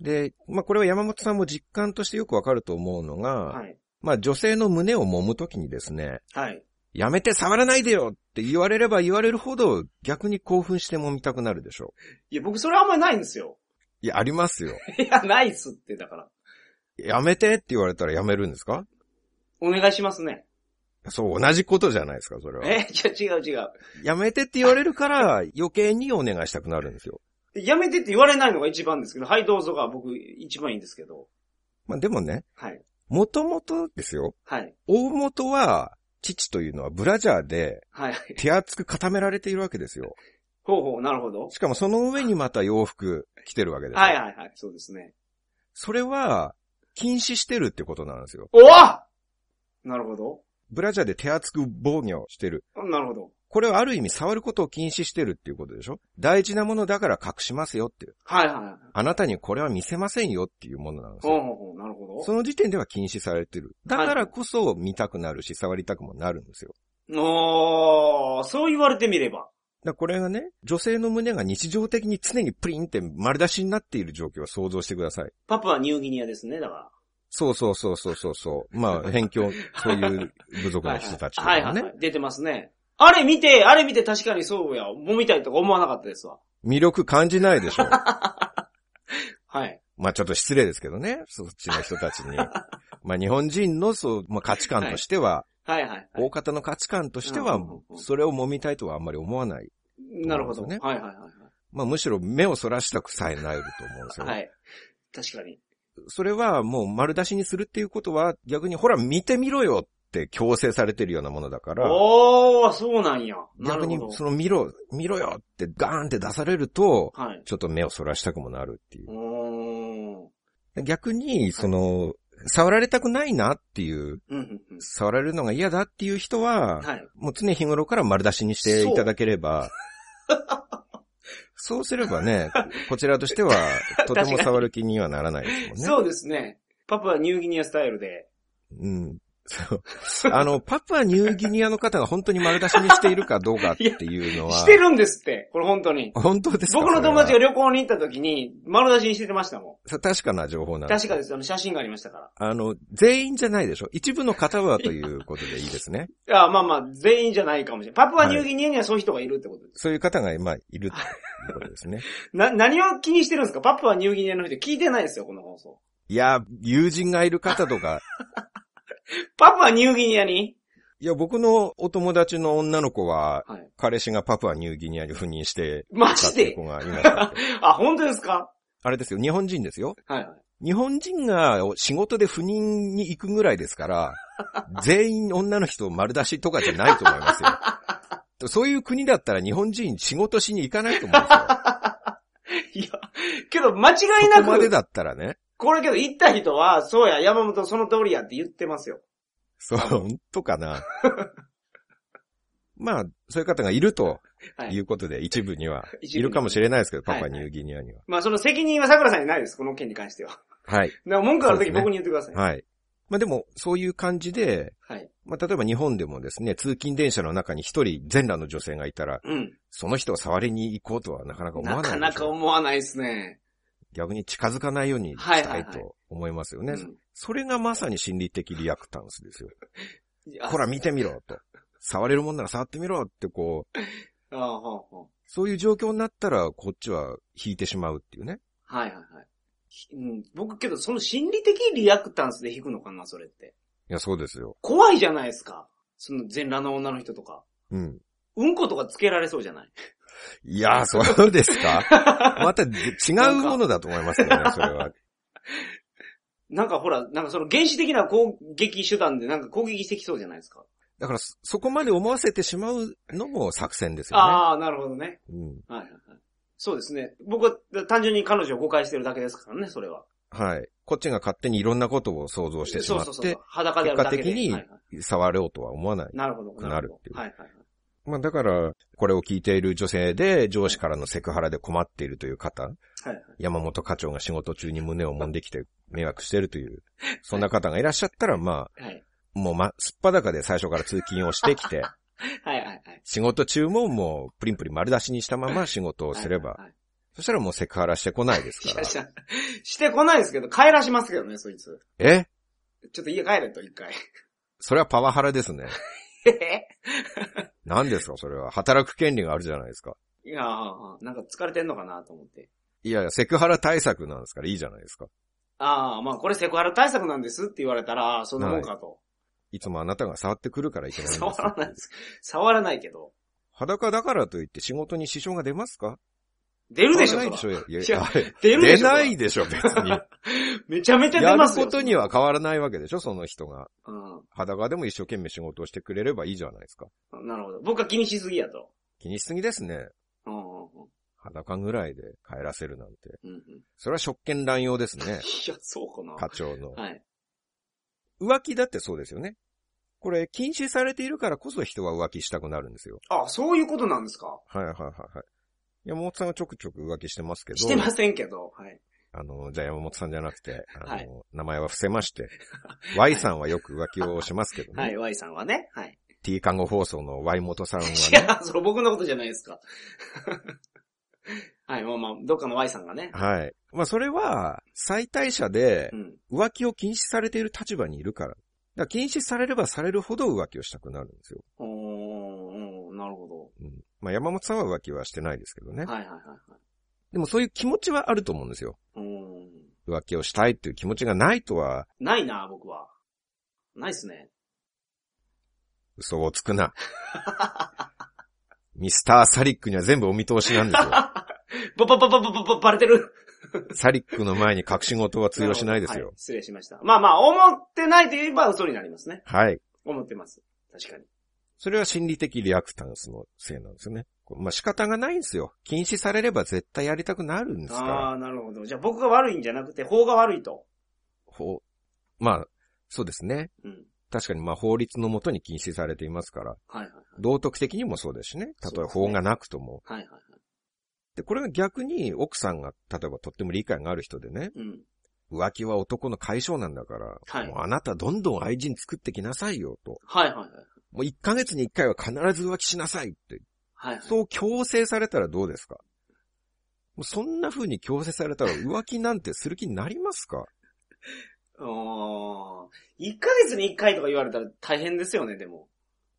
Speaker 3: で、まあこれは山本さんも実感としてよくわかると思うのが、
Speaker 2: はい。
Speaker 3: まあ女性の胸を揉むときにですね、
Speaker 2: はい。
Speaker 3: やめて触らないでよって言われれば言われるほど逆に興奮して揉みたくなるでしょう。
Speaker 2: いや、僕それあんまりないんですよ。
Speaker 3: いや、ありますよ。
Speaker 2: いや、ないっすって、だから。
Speaker 3: やめてって言われたらやめるんですか
Speaker 2: お願いしますね。
Speaker 3: そう、同じことじゃないですか、それは。
Speaker 2: え、いや違う違う。
Speaker 3: やめてって言われるから、余計にお願いしたくなるんですよ。
Speaker 2: やめてって言われないのが一番ですけど、はい、どうぞが僕一番いいんですけど。
Speaker 3: まあでもね、
Speaker 2: はい。
Speaker 3: もともとですよ、
Speaker 2: はい。
Speaker 3: 大元は、父というのはブラジャーで
Speaker 2: はい。
Speaker 3: 手厚く固められているわけですよ。
Speaker 2: ほうほう、なるほど。
Speaker 3: しかもその上にまた洋服着てるわけですよ。
Speaker 2: はいはいはい、そうですね。
Speaker 3: それは、禁止してるってことなんですよ。
Speaker 2: おわなるほど。
Speaker 3: ブラジャーで手厚く防御してる。
Speaker 2: なるほど。
Speaker 3: これはある意味触ることを禁止してるっていうことでしょ大事なものだから隠しますよっていう。
Speaker 2: はいはいはい。
Speaker 3: あなたにこれは見せませんよっていうものなんです
Speaker 2: ほう
Speaker 3: よ。
Speaker 2: ほうほう、なるほど。
Speaker 3: その時点では禁止されてる。だからこそ見たくなるし、触りたくもなるんですよ。
Speaker 2: おー、そう言われてみれば。
Speaker 3: だからこれがね、女性の胸が日常的に常にプリンって丸出しになっている状況を想像してください。
Speaker 2: パパはニューギニアですね、だか
Speaker 3: そうそうそうそうそうそう。まあ、辺境、そういう部族
Speaker 2: ら。
Speaker 3: の人たちと
Speaker 2: は
Speaker 3: か
Speaker 2: い
Speaker 3: も
Speaker 2: はい
Speaker 3: ね
Speaker 2: は。い。出てますね。あれ見て、あれ見て確かにそうや、揉みたいとか思わなかったですわ。
Speaker 3: 魅力感じないでしょ。
Speaker 2: はい。
Speaker 3: まあちょっと失礼ですけどね、そっちの人たちに。まあ日本人のそう、まあ価値観としては、
Speaker 2: はいはいは
Speaker 3: 大方の価値観としては
Speaker 2: うんうんう、ん
Speaker 3: それを揉みたいとはあんまり思わない。
Speaker 2: い。なるほど。
Speaker 3: ね
Speaker 2: はいはいはいはい。
Speaker 3: まあむしろ目をそらしたくさえなえると思うんですよ。
Speaker 2: はい。確かに。
Speaker 3: それはもう丸出しにするっていうことは、逆にほら見てみろよって強制されてるようなものだから、
Speaker 2: おー、そうなんや。な
Speaker 3: 逆
Speaker 2: る
Speaker 3: に
Speaker 2: ほど。
Speaker 3: その見ろ、見ろよってガーンって出されると、
Speaker 2: はい。
Speaker 3: ちょっと目をそらしたくもなるっていう
Speaker 2: ーん。
Speaker 3: う。逆に、その、触られたくないなっていう、
Speaker 2: うんうんうん
Speaker 3: 触られるのが嫌だっていう人は、
Speaker 2: はい。
Speaker 3: もう常日頃から丸出しにしていただければ、 そうすればね、こちらとしては、とても触る気にはならないですもんね。
Speaker 2: そうですね。パパはニューギニアスタイルで。
Speaker 3: うん。そう。 あの、パプアニューギニアの方が本当に丸出しにしているかどうかっていうのは、
Speaker 2: してるんですって、これ本当に。
Speaker 3: 本当ですか
Speaker 2: 僕の友達
Speaker 3: それ
Speaker 2: が旅行に行った時に丸出しにしてましたも
Speaker 3: は確かな情報なん
Speaker 2: ん。
Speaker 3: で
Speaker 2: 確かです。あの写真がありましたか
Speaker 3: あの、全員じゃないでしょ一部の方はということでい いですね。
Speaker 2: ら。いや、まあまあ、全員じゃないかもしれない。パプアニューギニアにはそういう人がいるってことです。
Speaker 3: そういう方が、まあ、いるということですね。
Speaker 2: な、何を気にしてるんですかパプアニューギニアの人聞いてないですよ、この放送。
Speaker 3: いや、友人がいる方とか、
Speaker 2: パプアニューギニアに
Speaker 3: いや、僕のお友達の女の子は、
Speaker 2: はい。
Speaker 3: 彼氏がパプアニューギニアに赴任して
Speaker 2: マ
Speaker 3: たっ
Speaker 2: ジ
Speaker 3: ていう
Speaker 2: で
Speaker 3: 子がいました。
Speaker 2: あ、本当ですか
Speaker 3: あれですよ、日本人ですよ。
Speaker 2: はいはい。
Speaker 3: 日本人が仕事で赴任に行くぐらいで すから、全員女の人を丸出しとかじゃないと思います よ。そういう国だったら日本人仕事しに行かないと思うんです
Speaker 2: い
Speaker 3: よ。
Speaker 2: や、けど間違いな
Speaker 3: そこまで
Speaker 2: く、
Speaker 3: だったらね。
Speaker 2: これけど行った人は、そうや、山本その通りやって言ってますよ。
Speaker 3: そう、本当かな。 まあ、そういう方がいると
Speaker 2: はい
Speaker 3: いうことで、一部には、
Speaker 2: 一部に
Speaker 3: いるかもしれないですけど、
Speaker 2: は
Speaker 3: パ
Speaker 2: い
Speaker 3: パニューギニアには。
Speaker 2: まあその責任は桜さんにないです、この件に関しては。だか
Speaker 3: はい。
Speaker 2: ら文句あると
Speaker 3: そ
Speaker 2: き
Speaker 3: うですね
Speaker 2: 僕に言ってください。
Speaker 3: はい。まあでも、そういう感じで、
Speaker 2: はい。
Speaker 3: まあ例えば日本でもですね、通勤電車の中に一人全裸の女性がいたら、
Speaker 2: うん。
Speaker 3: その人を触りに行こうとはなかなか思わ
Speaker 2: な
Speaker 3: な
Speaker 2: い
Speaker 3: でしょ
Speaker 2: か
Speaker 3: う。
Speaker 2: なか思わないですね。
Speaker 3: 逆に近づかないようにしたいと思いますよね。
Speaker 2: うん
Speaker 3: それがまさに心理的リアクタンスですよ。
Speaker 2: いや
Speaker 3: ほら見てみろと。触れるもんなら触ってみろってこう、
Speaker 2: ああほうほう
Speaker 3: そういう状況になったらこっちは引いてしまうっていうね。
Speaker 2: はいはいはい。ひうん、僕けど、その心理的リアクタンスで弾くのかな、それって。
Speaker 3: いや、そうですよ。
Speaker 2: 怖いじゃないですか。その全裸の女の人とか。
Speaker 3: うん。
Speaker 2: うんことかつけられそうじゃない
Speaker 3: いやー、そうですかまた違うものだと思いますけどね、それは。
Speaker 2: なんかほら、なんかその原始的な攻撃手段でなんか攻撃してきそうじゃないですか。
Speaker 3: だからそ、そこまで思わせてしまうのも作戦ですよ
Speaker 2: ああ、なるほどね。
Speaker 3: ね。うん。
Speaker 2: はいはいはい。そうですね。僕は単純に彼女を誤解してるだけですからね、それは。
Speaker 3: はい。こっちが勝手にいろんなことを想像してしまっ
Speaker 2: そうそうそ
Speaker 3: て
Speaker 2: う。、裸であるだけで。
Speaker 3: 結果的に
Speaker 2: はいはい
Speaker 3: 触ろうとは思わない。
Speaker 2: なるほど。
Speaker 3: なるっていう
Speaker 2: はいはいはい。
Speaker 3: まあだから、これを聞いている女性で上司からのセクハラで困っているという方、
Speaker 2: はいはい
Speaker 3: 山本課長が仕事中に胸を揉ん できて迷惑しているという、そんな方がいらっしゃったら、まあ、
Speaker 2: はい。
Speaker 3: もうま、すっぱだかで最初から通勤をして きて、
Speaker 2: はいはいはい。
Speaker 3: 仕事中ももうプリンプリ丸出しにしたまま仕事をすれば
Speaker 2: はい、はいはい
Speaker 3: そしたらもうセクハラしてこないです
Speaker 2: い
Speaker 3: か
Speaker 2: や
Speaker 3: ら。
Speaker 2: しゃしてこないですけど、帰らしますけどね、そいつ。
Speaker 3: え
Speaker 2: ちょっと家帰れと、一回。
Speaker 3: それはパワハラですね。
Speaker 2: へへ
Speaker 3: 何ですかそれは。働く権利があるじゃないですか。
Speaker 2: いやーなんか疲れてんのかなと思って。
Speaker 3: いやいや、セクハラ対策なんですからいいじゃないですか。
Speaker 2: ああ、まあこれセクハラ対策なんですって言われたら、あーそんなもんかと。
Speaker 3: いつもあなたが触ってくるからいけないんですよ
Speaker 2: 触らないです。触らないけど。
Speaker 3: 裸だからといって仕事に支障が出ますか
Speaker 2: 出るでし
Speaker 3: 出
Speaker 2: ょ、
Speaker 3: ない
Speaker 2: そ
Speaker 3: でし
Speaker 2: ら
Speaker 3: ょいや
Speaker 2: いや
Speaker 3: あれ
Speaker 2: 出るで
Speaker 3: 出
Speaker 2: しょ。そら
Speaker 3: ないでしょ、別に。
Speaker 2: めちゃめちゃ
Speaker 3: や
Speaker 2: 出
Speaker 3: る
Speaker 2: ますよ。
Speaker 3: ことには変わらないわけでしょ、その人が。
Speaker 2: そら。
Speaker 3: 裸でも一生懸命仕事をしてくれればいいじゃないですか。
Speaker 2: うん。なるほど。僕は気にしすぎやと。
Speaker 3: 気にしすぎですね。
Speaker 2: うんうんうん
Speaker 3: 裸ぐらいで帰らせるなんて。
Speaker 2: うん うん。い
Speaker 3: それは職権乱用ですね。
Speaker 2: や、そうか
Speaker 3: 課長の
Speaker 2: な。。はい。
Speaker 3: 浮気だってそうですよね。これ、禁止されているからこそ人は浮気したくなるんですよ。
Speaker 2: あ、そういうことなんですか
Speaker 3: はいはいはいはい。山本さんはちょくちょく浮気してますけど。
Speaker 2: してませんけど。はい。
Speaker 3: あの、じゃあ山本さんじゃなくて、あの、
Speaker 2: はい
Speaker 3: 名前は伏せまして、Y さんはよく浮気をしますけどね。
Speaker 2: はい、Y さんはね。はい。
Speaker 3: T 看護放送の Y 元さんはい ね、
Speaker 2: や、それ僕のことじゃないですか。 はい、まあまあ、どっかの Y さんがね。
Speaker 3: はい。まあそれは、最大者で
Speaker 2: うん。
Speaker 3: 浮気を禁止されている立場にいるから。だから禁止されればされるほど浮気をしたくなるんですよ。
Speaker 2: おー、うんなるほ
Speaker 3: うん、まあ山本さんは浮気はしてないですけどね
Speaker 2: ど。。はいはいはい。はい
Speaker 3: でもそういう気持ちはあると思うんですよ。
Speaker 2: うん。
Speaker 3: 浮気をしたいっていう気持ちがないとは
Speaker 2: ないな、僕は。ないっすね。
Speaker 3: 嘘をつくな。ミスターサリックには全部お見通しなんですよ。
Speaker 2: ばばばばばばばバレてる。
Speaker 3: サリックの前に隠し事は通用しないです
Speaker 2: は
Speaker 3: よ。
Speaker 2: 失礼しました。まあまあ、思ってないと言えば嘘になりますね。
Speaker 3: はい。
Speaker 2: 思ってます。確かに。
Speaker 3: それは心理的リアクタンスのせいなんですよね。こうまあ仕方がないんですよ。禁止されれば絶対やりたくなるんですから。
Speaker 2: ああ、なるほど。じゃあ僕が悪いんじゃなくて、法が悪いと。
Speaker 3: ほうまあ、そうですね。
Speaker 2: うん。
Speaker 3: 確かにまあ法律のもとに禁止されていますから、
Speaker 2: はいはい
Speaker 3: 道徳的にもそうですしね。たと
Speaker 2: そ
Speaker 3: え
Speaker 2: うですね
Speaker 3: 法がなくとも。
Speaker 2: はい。はいはいはい。
Speaker 3: で、これが逆に奥さんが、例えばとっても理解がある人でね、
Speaker 2: うん。
Speaker 3: 浮気は男の解消なんだから、
Speaker 2: はい
Speaker 3: もうあなたどんどん愛人作ってきなさいよと。
Speaker 2: はいはいはい。
Speaker 3: もう1ヶ月に1回は必ず浮気しなさいって
Speaker 2: はいはい。
Speaker 3: そう強制されたらどうですかもうそんな風に強制されたら浮気なんてする気になりますか
Speaker 2: ああ。1ヶ月に1回とか言われたら大変ですよね、でも。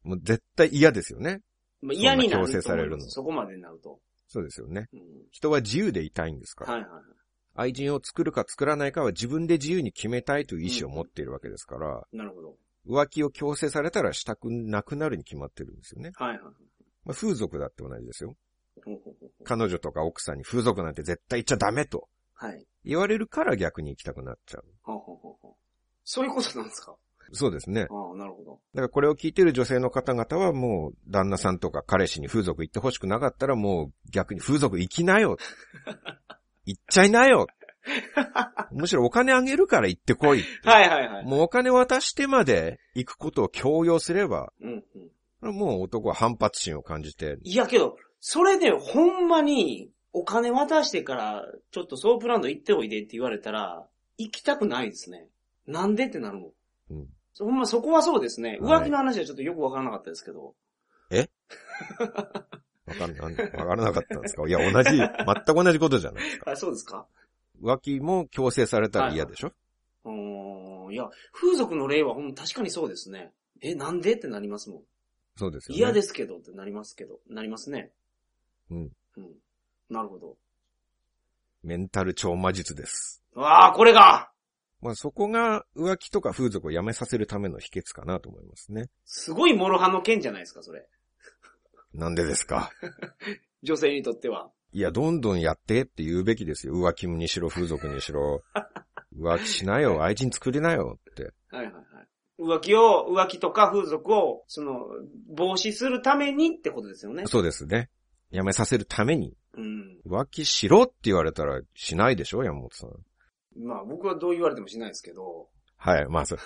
Speaker 3: もう絶対嫌ですよね。
Speaker 2: まあ、嫌になる
Speaker 3: そんな強制されるの
Speaker 2: そこまでになると。
Speaker 3: そうですよね。
Speaker 2: うん、
Speaker 3: 人は自由でいたいんですから。
Speaker 2: はいはいは
Speaker 3: 愛人を作るか作らないかは自分で自由に決めたいという意思を持っているわけですから、
Speaker 2: い。なるほど。
Speaker 3: 浮気を強制されたらしたくなくなるに決まってるんですよね。
Speaker 2: はいはいはい。
Speaker 3: まあ、風俗だって同じですよ。
Speaker 2: ほうほうほうほう
Speaker 3: 彼女とか奥さんに風俗なんて絶対行っちゃダメと
Speaker 2: はい。
Speaker 3: 言われるから逆に行きたくなっちゃう。
Speaker 2: ほうほうほうほうそういうことなんですか
Speaker 3: そうですね。
Speaker 2: ああ、なるほど。
Speaker 3: だからこれを聞いてる女性の方々はもう、旦那さんとか彼氏に風俗行ってほしくなかったらもう逆に風俗行き なよ。行っちゃいなよ。むしろお金あげるから行ってこい。
Speaker 2: はいはいはい。
Speaker 3: もうお金渡してまで行くことを強要すれば、
Speaker 2: うんうん。
Speaker 3: もう男は反発心を感じて、
Speaker 2: いやけど、それでほんまにお金渡してから、ちょっとソープランド行っておいでって言われたら、行きたくないですね。なんでってなるもん。
Speaker 3: うん
Speaker 2: ほんまそこはそうですね。
Speaker 3: はい
Speaker 2: 浮気の話はちょっとよくわからなかったですけど。
Speaker 3: わかんな、わからなかったんですかいや、同じ、全く同じことじゃない。
Speaker 2: あ、そうですか
Speaker 3: 浮気も強制されたら嫌でしょ、
Speaker 2: うーんいや、風俗の例はほん確かにそうですね。え、なんでってなりますもん。
Speaker 3: そうですよね。
Speaker 2: 嫌ですけどってなりますけど、なりますね。
Speaker 3: うん。
Speaker 2: うん。なるほど。
Speaker 3: メンタル超魔術です。
Speaker 2: ああ、これが
Speaker 3: まあそこが浮気とか風俗をやめさせるための秘訣かなと思いますね。
Speaker 2: すごい諸刃の剣じゃないですか、それ。
Speaker 3: なんでですか
Speaker 2: 女性にとっては。
Speaker 3: いや、どんどんやってって言うべきですよ。浮気にしろ、風俗にしろ。浮気しなよ、愛人作りなよって。
Speaker 2: はいはいはい。浮気を、浮気とか風俗を、その、防止するためにってことですよね。
Speaker 3: そうですね。やめさせるために。
Speaker 2: うん。
Speaker 3: 浮気しろって言われたらしないでしょ、山本さん。
Speaker 2: まあ僕はどう言われてもしないですけど。
Speaker 3: はい、まあそう。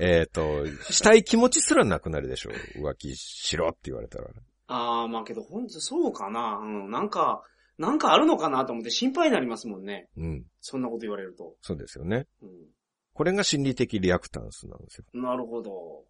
Speaker 3: えっと、したい気持ちすらなくなるでしょ。浮気しろって言われたら。
Speaker 2: ああ、まあけど本当そうかな。うん。なんか、なんかあるのかなと思って心配になりますもんね。
Speaker 3: うん、
Speaker 2: そんなこと言われると。
Speaker 3: そうですよね。
Speaker 2: う
Speaker 3: これが心理的リアクタンスなんですよ。
Speaker 2: ん。なるほど。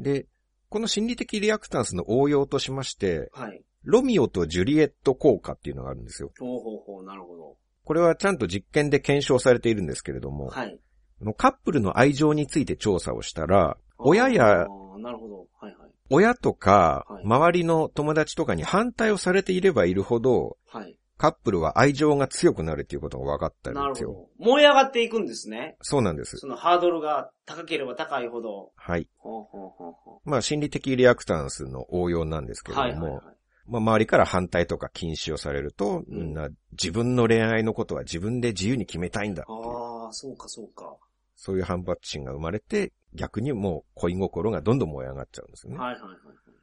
Speaker 3: で、この心理的リアクタンスの応用としまして、
Speaker 2: はい。
Speaker 3: ロミオとジュリエット効果っていうのがあるんですよ。
Speaker 2: ほうほうほう、なるほど。
Speaker 3: これはちゃんと実験で検証されているんですけれども、
Speaker 2: はい。
Speaker 3: あのカップルの愛情について調査をしたら、親
Speaker 2: あ
Speaker 3: や、
Speaker 2: ーなるほど。はいはい。
Speaker 3: 親とか
Speaker 2: は、い
Speaker 3: 周りの友達とかに反対をされていればいるほど、
Speaker 2: はい。
Speaker 3: カップルは愛情が強くなるっていうことが分かったん
Speaker 2: なる
Speaker 3: で
Speaker 2: ほ
Speaker 3: すよ。
Speaker 2: ど。燃え上がっていくんですね。
Speaker 3: そうなんです。
Speaker 2: そのハードルが高ければ高いほど。
Speaker 3: はい。
Speaker 2: ほうほうほうほ
Speaker 3: まあ、心理的リアクタンスの応用なんですけ
Speaker 2: う。
Speaker 3: れども、
Speaker 2: はいはいはい。
Speaker 3: まあ、周りから反対とか禁止をされると、みんな自分の恋愛のことは自分で自由に決めたいんだっていう、
Speaker 2: ああ、そうかそうか。
Speaker 3: そういう反発心が生まれて、逆にもう恋心がどんどん燃え上がっちゃうんですよね。
Speaker 2: はいはいはい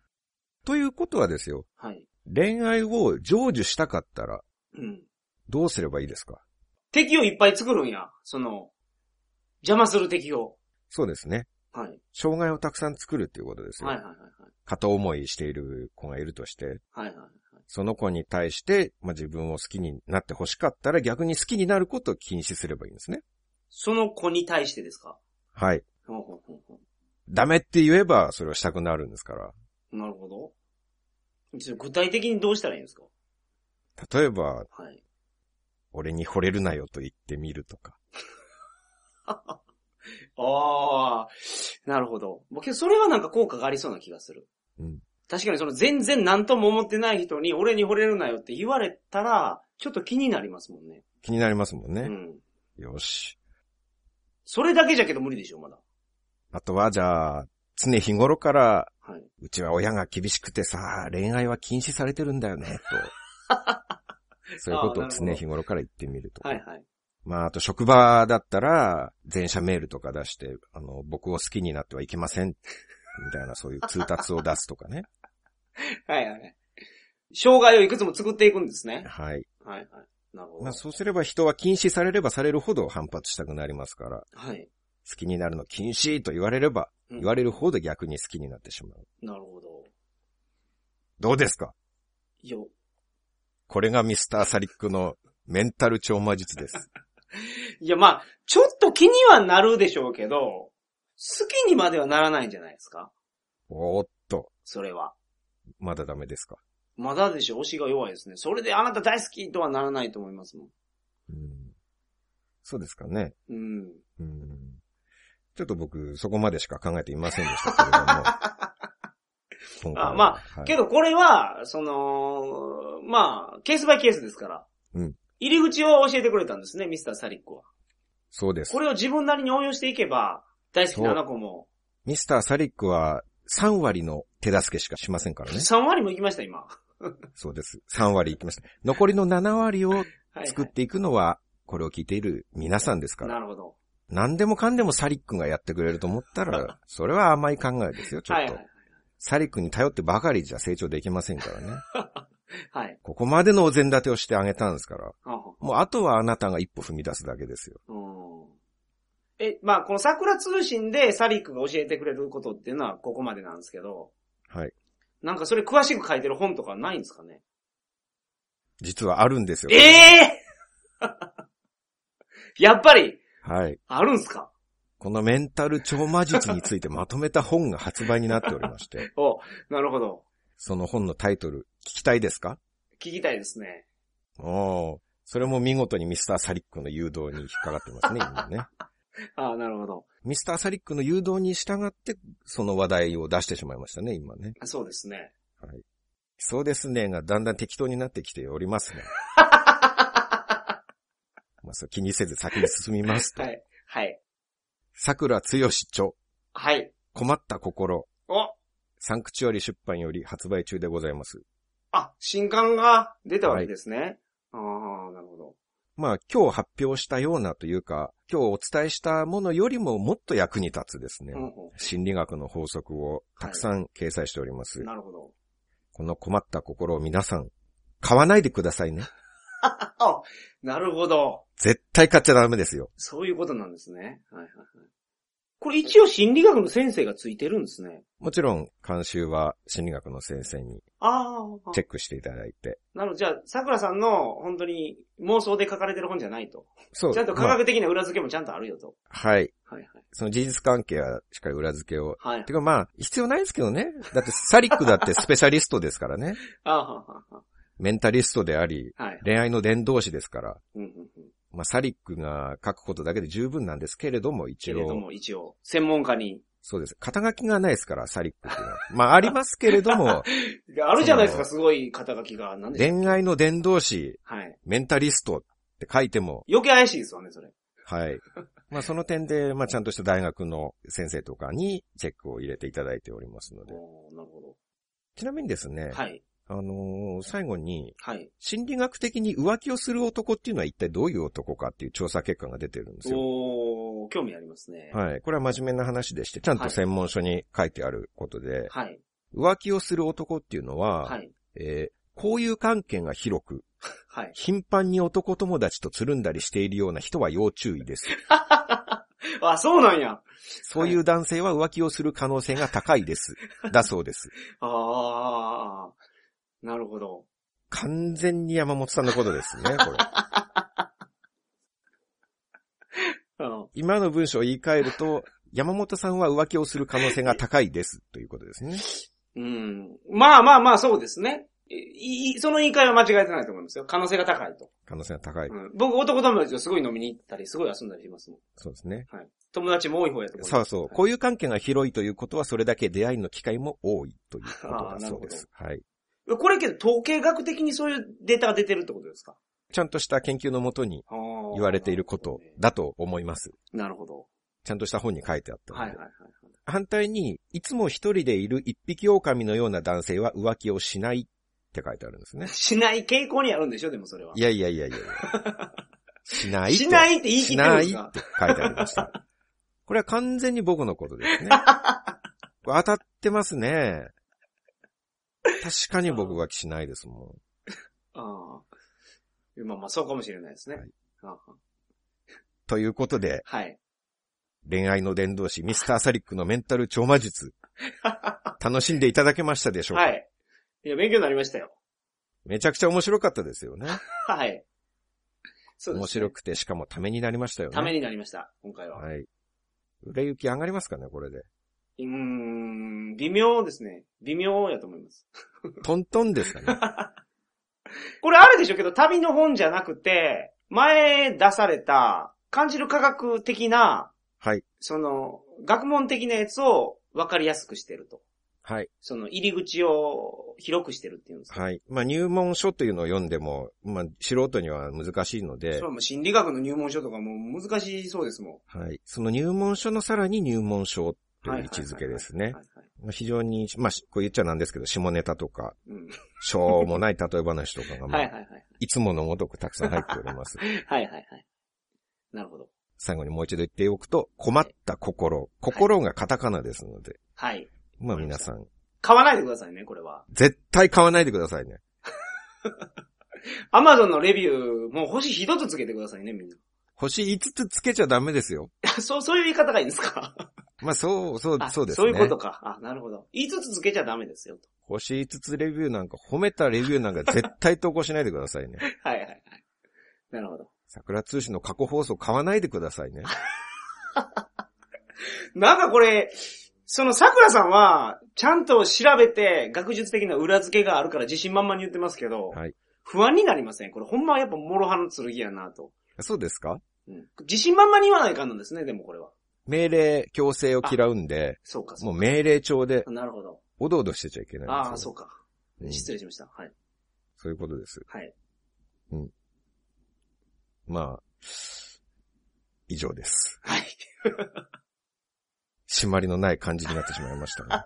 Speaker 3: ということはですよ、
Speaker 2: はい。はい。
Speaker 3: 恋愛を成就したかったら、
Speaker 2: うん。
Speaker 3: どうすればいいですか
Speaker 2: 敵をいっぱい作るんや。その、邪魔する敵を。
Speaker 3: そうですね。
Speaker 2: はい。
Speaker 3: 障害をたくさん作るっていうことですよ。
Speaker 2: はいはいはい
Speaker 3: 片思いしている子がいるとして、
Speaker 2: はい。はいはい。
Speaker 3: その子に対して、まあ、自分を好きになって欲しかったら逆に好きになることを禁止すればいいんですね。
Speaker 2: その子に対してですか
Speaker 3: はい。
Speaker 2: ほうほうほうほ
Speaker 3: ダメって言えばそれをしたくなるんですから。
Speaker 2: うなるほど。ちょっと具体的にどうしたらいいんですか
Speaker 3: 例えば、
Speaker 2: はい。
Speaker 3: 俺に惚れるなよと言ってみるとか。
Speaker 2: ああ、なるほど。僕、それはなんか効果がありそうな気がする。
Speaker 3: うん。
Speaker 2: 確かにその全然何とも思ってない人に俺に惚れるなよって言われたら、ちょっと気になりますもんね。
Speaker 3: 気になりますも
Speaker 2: う
Speaker 3: んね。
Speaker 2: ん。
Speaker 3: よし。
Speaker 2: それだけじゃけど無理でしょ、まだ。
Speaker 3: あとは、じゃあ、常日頃から、
Speaker 2: はい。
Speaker 3: うちは親が厳しくてさ、恋愛は禁止されてるんだよね、 と。そういうことを常日頃から言ってみるとか。
Speaker 2: はいはい。
Speaker 3: まあ、あと職場だったら、全社メールとか出して、あの、僕を好きになってはいけません。みたいな、そういう通達を出すとか ね。
Speaker 2: はいはい。障害をいくつも作っていくんですね。
Speaker 3: はい。
Speaker 2: はいはい。なるほど。
Speaker 3: まあ、そうすれば人は禁止されればされるほど反発したくなりますから、
Speaker 2: はい。
Speaker 3: 好きになるの禁止と言われれば、
Speaker 2: うん
Speaker 3: 言われるほど逆に好きになってしまう。
Speaker 2: なるほど。
Speaker 3: どうですか
Speaker 2: いや、
Speaker 3: これがミスターサリックのメンタル超魔 術です。
Speaker 2: いやまあ、ちょっと気にはなるでしょうけど、好きにまではならないんじゃないですか
Speaker 3: おーっと、
Speaker 2: それは。
Speaker 3: まだダメですか。
Speaker 2: まだでしょ、推しが弱いですね。それであなた大好きとはならないと思いますもん。
Speaker 3: うん、そうですかね。
Speaker 2: うん。
Speaker 3: うんちょっと僕、そこまでしか考えていませんでしたけれど も。今回は
Speaker 2: あま
Speaker 3: はい
Speaker 2: けどこれは、その、まあ、ケースバイケースですから。
Speaker 3: うん
Speaker 2: 入り口を教えてくれたんですね、ミスターサリックは。
Speaker 3: そうです
Speaker 2: こ。れを自分なりに応用していけば、大好きなあの子も、
Speaker 3: ミスター・サリックは3割の手助けしかしませんからね。
Speaker 2: 3割も行きました、今。は
Speaker 3: そうです。3割いきました。残りの7割を
Speaker 2: い、はい。
Speaker 3: 作っていくのは、これを聞いている皆さんですから。
Speaker 2: なるほど。
Speaker 3: 何でもかんでもサリックがやってくれると思っ たら、それは甘い考えですよ、ちょ
Speaker 2: は
Speaker 3: っ
Speaker 2: い
Speaker 3: と
Speaker 2: は。い。
Speaker 3: サリックに頼ってばかりじゃ成長できませんからね。
Speaker 2: はい。
Speaker 3: ここまでのお膳立てをしてあげたんですから。
Speaker 2: はんはん
Speaker 3: もうあとはあなたが一歩踏み出すだけですよ。
Speaker 2: うんえ、まあ、この桜通信でサリックが教えてくれることっていうのはここまでなんですけど、
Speaker 3: はい。
Speaker 2: なんかそれ詳しく書いてる本とかないんですかね
Speaker 3: 実はあるんですよ。
Speaker 2: ええ やっぱり、
Speaker 3: はい。
Speaker 2: あるんすか
Speaker 3: このメンタル超魔術についてまとめた本が発売になっておりまして、
Speaker 2: お、なるほど。
Speaker 3: その本のタイトル、聞きたいですか
Speaker 2: 聞きたいですね。
Speaker 3: おーそれも見事にミスターサリックの誘導に引っかかってますね、今ね。
Speaker 2: ああ、なるほど。
Speaker 3: ミスターサリックの誘導に従って、その話題を出してしまいましたね、今ね。
Speaker 2: あそうですね。
Speaker 3: はい。そうですねがだんだん適当になってきております が。まあ、そう気にせず先に進みますと
Speaker 2: は。い。はい。
Speaker 3: 桜つよし著、
Speaker 2: はい。
Speaker 3: 困った心、
Speaker 2: お
Speaker 3: サンクチュアリ出版より発売中でございます。
Speaker 2: あ、新刊が出たわけですね。ああ、なるほど。
Speaker 3: まあ、今日発表したようなというか、今日お伝えしたものよりももっと役に立つですね。
Speaker 2: うんう
Speaker 3: 心理学の法則をたくさん掲載しております。
Speaker 2: ん、なるほど。
Speaker 3: この困った心を皆さん、買わないでくださいね。
Speaker 2: あ、あなるほど。
Speaker 3: 絶対買っちゃダメですよ。
Speaker 2: そういうことなんですね。はいはいはい。これ一応心理学の先生がついてるんですね。
Speaker 3: もちろん、監修は心理学の先生に
Speaker 2: ああ。
Speaker 3: チェックしていただいて。
Speaker 2: なので、じゃあ、桜さんの本当に妄想で書かれてる本じゃないと。
Speaker 3: そう。
Speaker 2: ちゃんと科
Speaker 3: まあ
Speaker 2: 学的な裏付けもちゃんとあるよと。
Speaker 3: はい。
Speaker 2: はいはい。
Speaker 3: その事実関係はしっかり裏付けを。
Speaker 2: はい
Speaker 3: て。かまあ、必要ないですけどね。だって、サリックだってスペシャリストですからね。
Speaker 2: ああ、はあは
Speaker 3: メンタリストであり、
Speaker 2: あはい。
Speaker 3: 恋愛の伝道師ですから。
Speaker 2: うんうんうん。
Speaker 3: まあ、サリックが書くことだけで十分なんですけれども、
Speaker 2: け
Speaker 3: 一
Speaker 2: れど
Speaker 3: 応。
Speaker 2: も、一応、専門家に。
Speaker 3: そうです。肩書きがないですから、サリックっていうのは。まあ、ありますけれど も、
Speaker 2: あるじゃないですか、すごい肩書きが。なんでしょう
Speaker 3: 恋愛の伝道師、
Speaker 2: はい。
Speaker 3: メンタリストって書いても、
Speaker 2: 余計怪しいですわね、それ。
Speaker 3: はい。まあその点で、まあちゃんとした大学の先生とかにチェックを入れていただいておりますので。
Speaker 2: おーなるほ
Speaker 3: ちなみにですね、
Speaker 2: ど。はい。
Speaker 3: あのー最後に、
Speaker 2: はい。
Speaker 3: 心理学的に浮気をする男っていうのは一体どういう男かっていう調査結果が出てるんですよ。
Speaker 2: おー興味ありますね。
Speaker 3: はい。これは真面目な話でして、ちゃんと専門書に書いてあることで、
Speaker 2: はい。
Speaker 3: 浮気をする男っていうのは、
Speaker 2: はい。
Speaker 3: えー交友関係が広く、
Speaker 2: はい。
Speaker 3: 頻繁に男友達とつるんだりしているような人は要注意です。
Speaker 2: あ、そうなんや。
Speaker 3: そういう男性は浮気をする可能性が高いです。だそうです。
Speaker 2: ああ、なるほど。
Speaker 3: 完全に山本さんのことですね、これ。
Speaker 2: うん。
Speaker 3: 今の文章を言い換える と、山本さんは浮気をする可能性が高いです、ということですね。
Speaker 2: うん。まあまあまあ、そうですね。いいその言い換えは間違えてないと思いますよ。可能性が高いと。
Speaker 3: 可能性が高い。
Speaker 2: うん、僕、男友達とすごい飲みに行ったり、すごい遊んだりしますもん。
Speaker 3: そうですね。
Speaker 2: 友達も多い方やと思い
Speaker 3: そ
Speaker 2: ま
Speaker 3: う
Speaker 2: す。
Speaker 3: そう。交友関係が広いということは、それだけ出会いの機会も多いということだそうです。はい。
Speaker 2: これけど、統計学的にそういうデータが出てるってことですか
Speaker 3: ちゃんとした研究のもとに言
Speaker 2: 言
Speaker 3: われていることだと思います。
Speaker 2: なるほど。
Speaker 3: ちゃんとした本に書いてあったので
Speaker 2: はいはいはい。
Speaker 3: 反対に、いつも一人でいる一匹狼のような男性は浮気をしないって書いてあるんですね。
Speaker 2: しない傾向にあるんでしょでもそれは。
Speaker 3: いやいやいやいやいやしないと。
Speaker 2: しないって言い切
Speaker 3: し
Speaker 2: ってるん
Speaker 3: な
Speaker 2: で
Speaker 3: い
Speaker 2: す
Speaker 3: っ
Speaker 2: か
Speaker 3: て書いてありました。これは完全に僕のことですね。これ当たってますね。確かに僕浮気しないですも
Speaker 2: ああ。まあまあ、そうかもしれないですね
Speaker 3: はい。
Speaker 2: あ
Speaker 3: ん。ということで、
Speaker 2: はい。
Speaker 3: 恋愛の伝道師、ミスターサリックのメンタル超魔術。楽しんでいただけましたでしょうか、
Speaker 2: はい。いや、勉強になりましたよ。
Speaker 3: めちゃくちゃ面白かったですよね。
Speaker 2: はい。そうです、ね。
Speaker 3: 面白くて、しかもためになりましたよね。
Speaker 2: ためになりました、今回は。
Speaker 3: はい。売れ行き上がりますかね、これで。
Speaker 2: うーん、微妙ですね。微妙やと思います。
Speaker 3: トントンですかね。
Speaker 2: これあるでしょうけど、旅の本じゃなくて、前出された、感じる科学的な、
Speaker 3: はい。
Speaker 2: その、学問的なやつを分かりやすくしてると。
Speaker 3: はい。
Speaker 2: その、入り口を広くしてるっていうんですか。
Speaker 3: はい。まあ、入門書というのを読んでも、まあ、素人には難しいので
Speaker 2: それ、はもう心理学の入門書とかもう難しそうですも
Speaker 3: はい。その入門書のさらに入門書
Speaker 2: ん。
Speaker 3: という位置づけですね
Speaker 2: は。いはい
Speaker 3: まあ非常に、まあ、しこう言っちゃなんですけど、下ネタとか、
Speaker 2: うん
Speaker 3: しょうもない例え話とかが、ま
Speaker 2: はい
Speaker 3: あ、
Speaker 2: はいはい。
Speaker 3: いつものごとくたくさん入っており ます。
Speaker 2: はいはいはい。なるほど。
Speaker 3: 最後にもう一度言っておくと、困った心。心がカタカナですので、
Speaker 2: はい。
Speaker 3: まあ皆さん、
Speaker 2: 買わないでくださいね、これは。
Speaker 3: 絶対買わないでくださいね。
Speaker 2: アマゾンのレビュー、もう星一つつけてくださいね、みんな。
Speaker 3: 星5つつけちゃダメですよ。
Speaker 2: あそう、そういう言い方がいいんですか
Speaker 3: まあそう、そう、
Speaker 2: あ
Speaker 3: そうですね。
Speaker 2: そういうことか。あ、なるほど。5つつけちゃダメですよ。と
Speaker 3: 星5つレビューなんか、褒めたレビューなん か絶対投稿しないでくださいね。
Speaker 2: はいはいはい。なるほど。
Speaker 3: 桜通信の過去放送買わないでくださいね。
Speaker 2: なんかこれ、その桜さんは、ちゃんと調べて、学術的な裏付けがあるから自信満々に言ってますけど、
Speaker 3: はい
Speaker 2: 不安になりません。これほんまやっぱ諸刃の剣やなと。
Speaker 3: そうですか
Speaker 2: うん自信満々に言わないかんのですね、でもこれは。
Speaker 3: 命令、強制を嫌うんで、
Speaker 2: そうか、そ
Speaker 3: も
Speaker 2: う
Speaker 3: う命令帳で、
Speaker 2: か。なるほど。
Speaker 3: おどおどしてちゃいけないんですよ
Speaker 2: ああ、そうか。
Speaker 3: うん
Speaker 2: 失礼しました。はい。
Speaker 3: そういうことです。
Speaker 2: はい。
Speaker 3: まあ、以上です。
Speaker 2: はい。
Speaker 3: 締まりのない感じになってしまいました ね。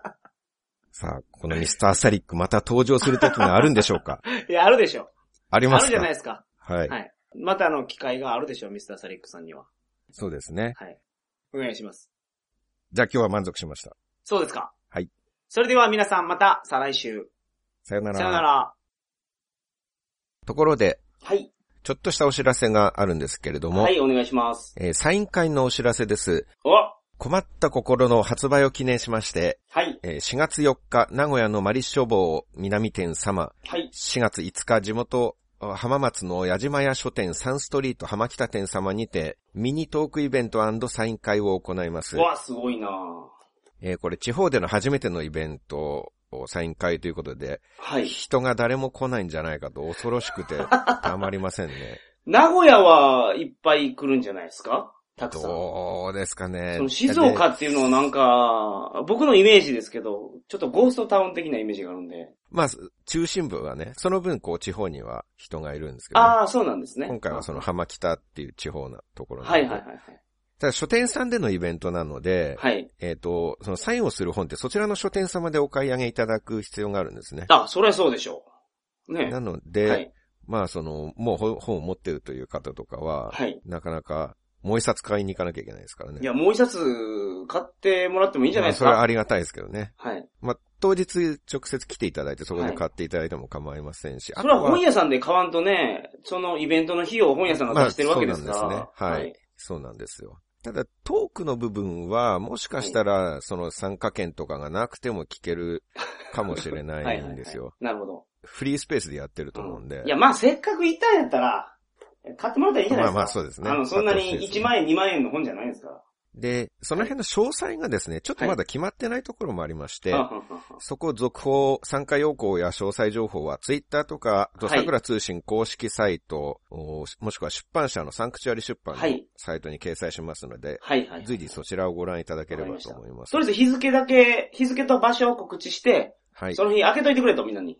Speaker 3: さあ、このミスターサリックまた登場する時があるんでしょ うか
Speaker 2: いや、あるでしょ。
Speaker 3: あり
Speaker 2: あ
Speaker 3: ま
Speaker 2: る
Speaker 3: す
Speaker 2: じゃ
Speaker 3: か
Speaker 2: ないですか。
Speaker 3: はい、
Speaker 2: はい。またあの機会があるでしょう、ミスターサリックさんには。
Speaker 3: そうですね。
Speaker 2: はい。お願いします。
Speaker 3: じゃあ今日は満足しました。
Speaker 2: そうですか。
Speaker 3: はい。
Speaker 2: それでは皆さんまた再来週。
Speaker 3: さよなら。
Speaker 2: さよなら。
Speaker 3: ところで、
Speaker 2: はい。
Speaker 3: ちょっとしたお知らせがあるんですけれども、
Speaker 2: はい、お願いします。
Speaker 3: えーサイン会のお知らせです。
Speaker 2: おは
Speaker 3: 困った心の発売を記念しまして、
Speaker 2: い。
Speaker 3: えー4月4日、名古屋のマリッショ坊南店様、
Speaker 2: はい。
Speaker 3: 4月5日、地元、あ浜松の矢島屋書店サンストリート浜北店様にて、ミニトークイベントサイン会を行います
Speaker 2: う。わ、すごいなぁ
Speaker 3: えーこれ地方での初めてのイベント、サイン会ということで、
Speaker 2: はい。
Speaker 3: 人が誰も来ないんじゃないかと恐ろしく て、たまりませんね。
Speaker 2: 名古屋はいっぱい来るんじゃないですかたくさん。そ
Speaker 3: どうですかね。
Speaker 2: の静岡っていうのはなんか、僕のイメージですけど、ちょっとゴーストタウン的なイメージがあるんで。
Speaker 3: まあ、中心部はね、その分こう地方には人がいるんですけどね、
Speaker 2: ああ、そうなんですね。
Speaker 3: 今回はその
Speaker 2: は
Speaker 3: 浜北っていう地方なところ
Speaker 2: い
Speaker 3: なんで
Speaker 2: はいはいはい。
Speaker 3: ただ書店さんでのイベントなので、
Speaker 2: はい。
Speaker 3: えっ、と、そのサインをする本ってそちらの書店様でお買い上げいただく必要があるんですね。
Speaker 2: あ、そりゃそうでしょう。ね
Speaker 3: なので、
Speaker 2: はい。
Speaker 3: まあその、もう本本を持ってるという方とかは、
Speaker 2: はい。
Speaker 3: なかなかもう一冊買いに行かなきゃいけないですからね。
Speaker 2: いや、もう一冊買ってもらってもいいんじゃないですか、
Speaker 3: まあそれはありがたいですけどね。
Speaker 2: はい。
Speaker 3: まあ、当日直接来ていただいて、そこで買っていただいても構いませんし。
Speaker 2: それは
Speaker 3: あと
Speaker 2: 本屋さんで買わんとね、そのイベントの費用を本屋さんが出してるわけですから。
Speaker 3: まあそうなんですねはいそうなんですよ。ただ、トークの部分は、もしかしたら、その参加券とかがなくても聞けるかもしれないんですよ。
Speaker 2: なるほど。
Speaker 3: フリースペースでやってると思うんで。
Speaker 2: いや、まあせっかく行ったんやったら、買ってもらったらいいじゃない
Speaker 3: ま
Speaker 2: で
Speaker 3: あ
Speaker 2: すか。
Speaker 3: まあそうですね。
Speaker 2: あの、そんな
Speaker 3: 買ってほし
Speaker 2: に
Speaker 3: いです
Speaker 2: 1
Speaker 3: ね
Speaker 2: 万円、2万円の本じゃないですから。
Speaker 3: で、その辺の詳細がですね、ちょっとまだ決まってないところもありまして、
Speaker 2: はんはんはんはん
Speaker 3: そこ続報、参加要項や詳細情報は、ツイッターとか、あと、
Speaker 2: はい
Speaker 3: 桜通信公式サイト、おもしくは出版社のサンクチュアリ出版の
Speaker 2: はい
Speaker 3: サイトに掲載しますので、
Speaker 2: はいはい。
Speaker 3: 随時そちらをご覧いただければと思います。
Speaker 2: とりあえず日付だけ、日付と場所を告知して、
Speaker 3: はい
Speaker 2: そ。の日開けといてくれと、みんなに。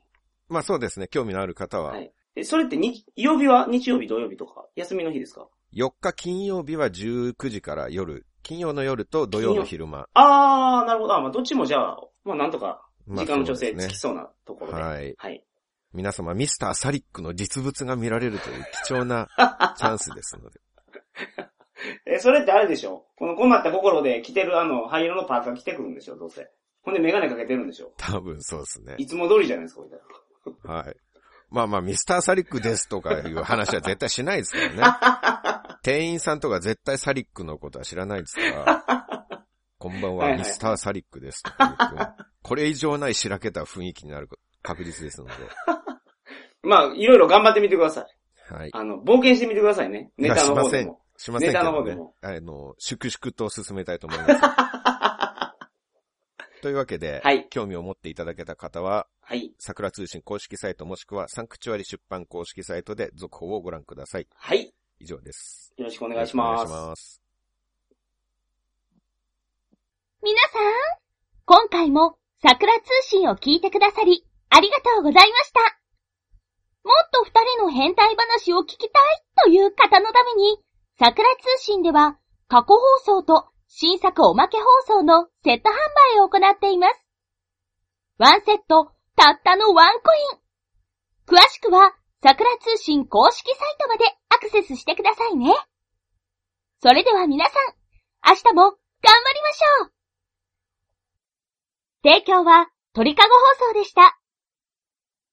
Speaker 3: まあそうですね、興味のある方は
Speaker 2: は、い。え、それって日、曜日は日曜日、土曜日とか、休みの日ですか
Speaker 3: 4日金曜日は19時から夜、金曜の夜と土曜の昼間。
Speaker 2: あー、なるほど。あ、まあどっちもじゃあ、まあなんとか、
Speaker 3: まあ
Speaker 2: 時間の調
Speaker 3: そ
Speaker 2: 整
Speaker 3: うです
Speaker 2: つ
Speaker 3: ね
Speaker 2: きそうなところで。
Speaker 3: はい。
Speaker 2: はい。
Speaker 3: 皆様、ミスターサリックの実物が見られるという貴 重なチャンスですので。
Speaker 2: え、それってあれでしょこの困った心で着てるあの、灰色のパーカー着てくるんでしょどうせ。ほんでメガネかけてるんでしょ
Speaker 3: 多分そうですね。
Speaker 2: いつも通りじゃないですか、これ。
Speaker 3: はい。まあまあ、ミスターサリックですとかいう話は絶対しないですから ね。店員さんとか絶対サリックのことは知らないですから。 こんばん
Speaker 2: はい
Speaker 3: は、
Speaker 2: はい
Speaker 3: ミスターサリックですとか言っても、これ以上ないしらけた雰囲気になる確率ですので。
Speaker 2: まあ、いろいろ頑張ってみてください。
Speaker 3: はい。
Speaker 2: あの、冒険してみてくださいね。 ネタの
Speaker 3: い
Speaker 2: 方
Speaker 3: やしませ
Speaker 2: で
Speaker 3: ん
Speaker 2: も。
Speaker 3: しませんけ
Speaker 2: ネタの方
Speaker 3: ど
Speaker 2: で
Speaker 3: ね
Speaker 2: も。
Speaker 3: あの、粛々と進めたいと思い ます。というわけで、
Speaker 2: はい
Speaker 3: 興味を持っていただけた方は、
Speaker 2: はい。
Speaker 3: 桜通信公式サイトもしくはサンクチュアリ出版公式サイトで続報をご覧ください。
Speaker 2: はい。
Speaker 3: 以上です。
Speaker 2: よろしくお願いします。
Speaker 3: お願いします。
Speaker 1: 皆さん、今回も桜通信を聞いてくださり、ありがとうございました。もっと二人の変態話を聞きたいという方のために、桜通信では過去放送と新作おまけ放送のセット販売を行っています。ワンセット、たったのワンコイン。詳しくは桜通信公式サイトまでアクセスしてくださいね。それでは皆さん、明日も頑張りましょう提供は鳥かご放送でした。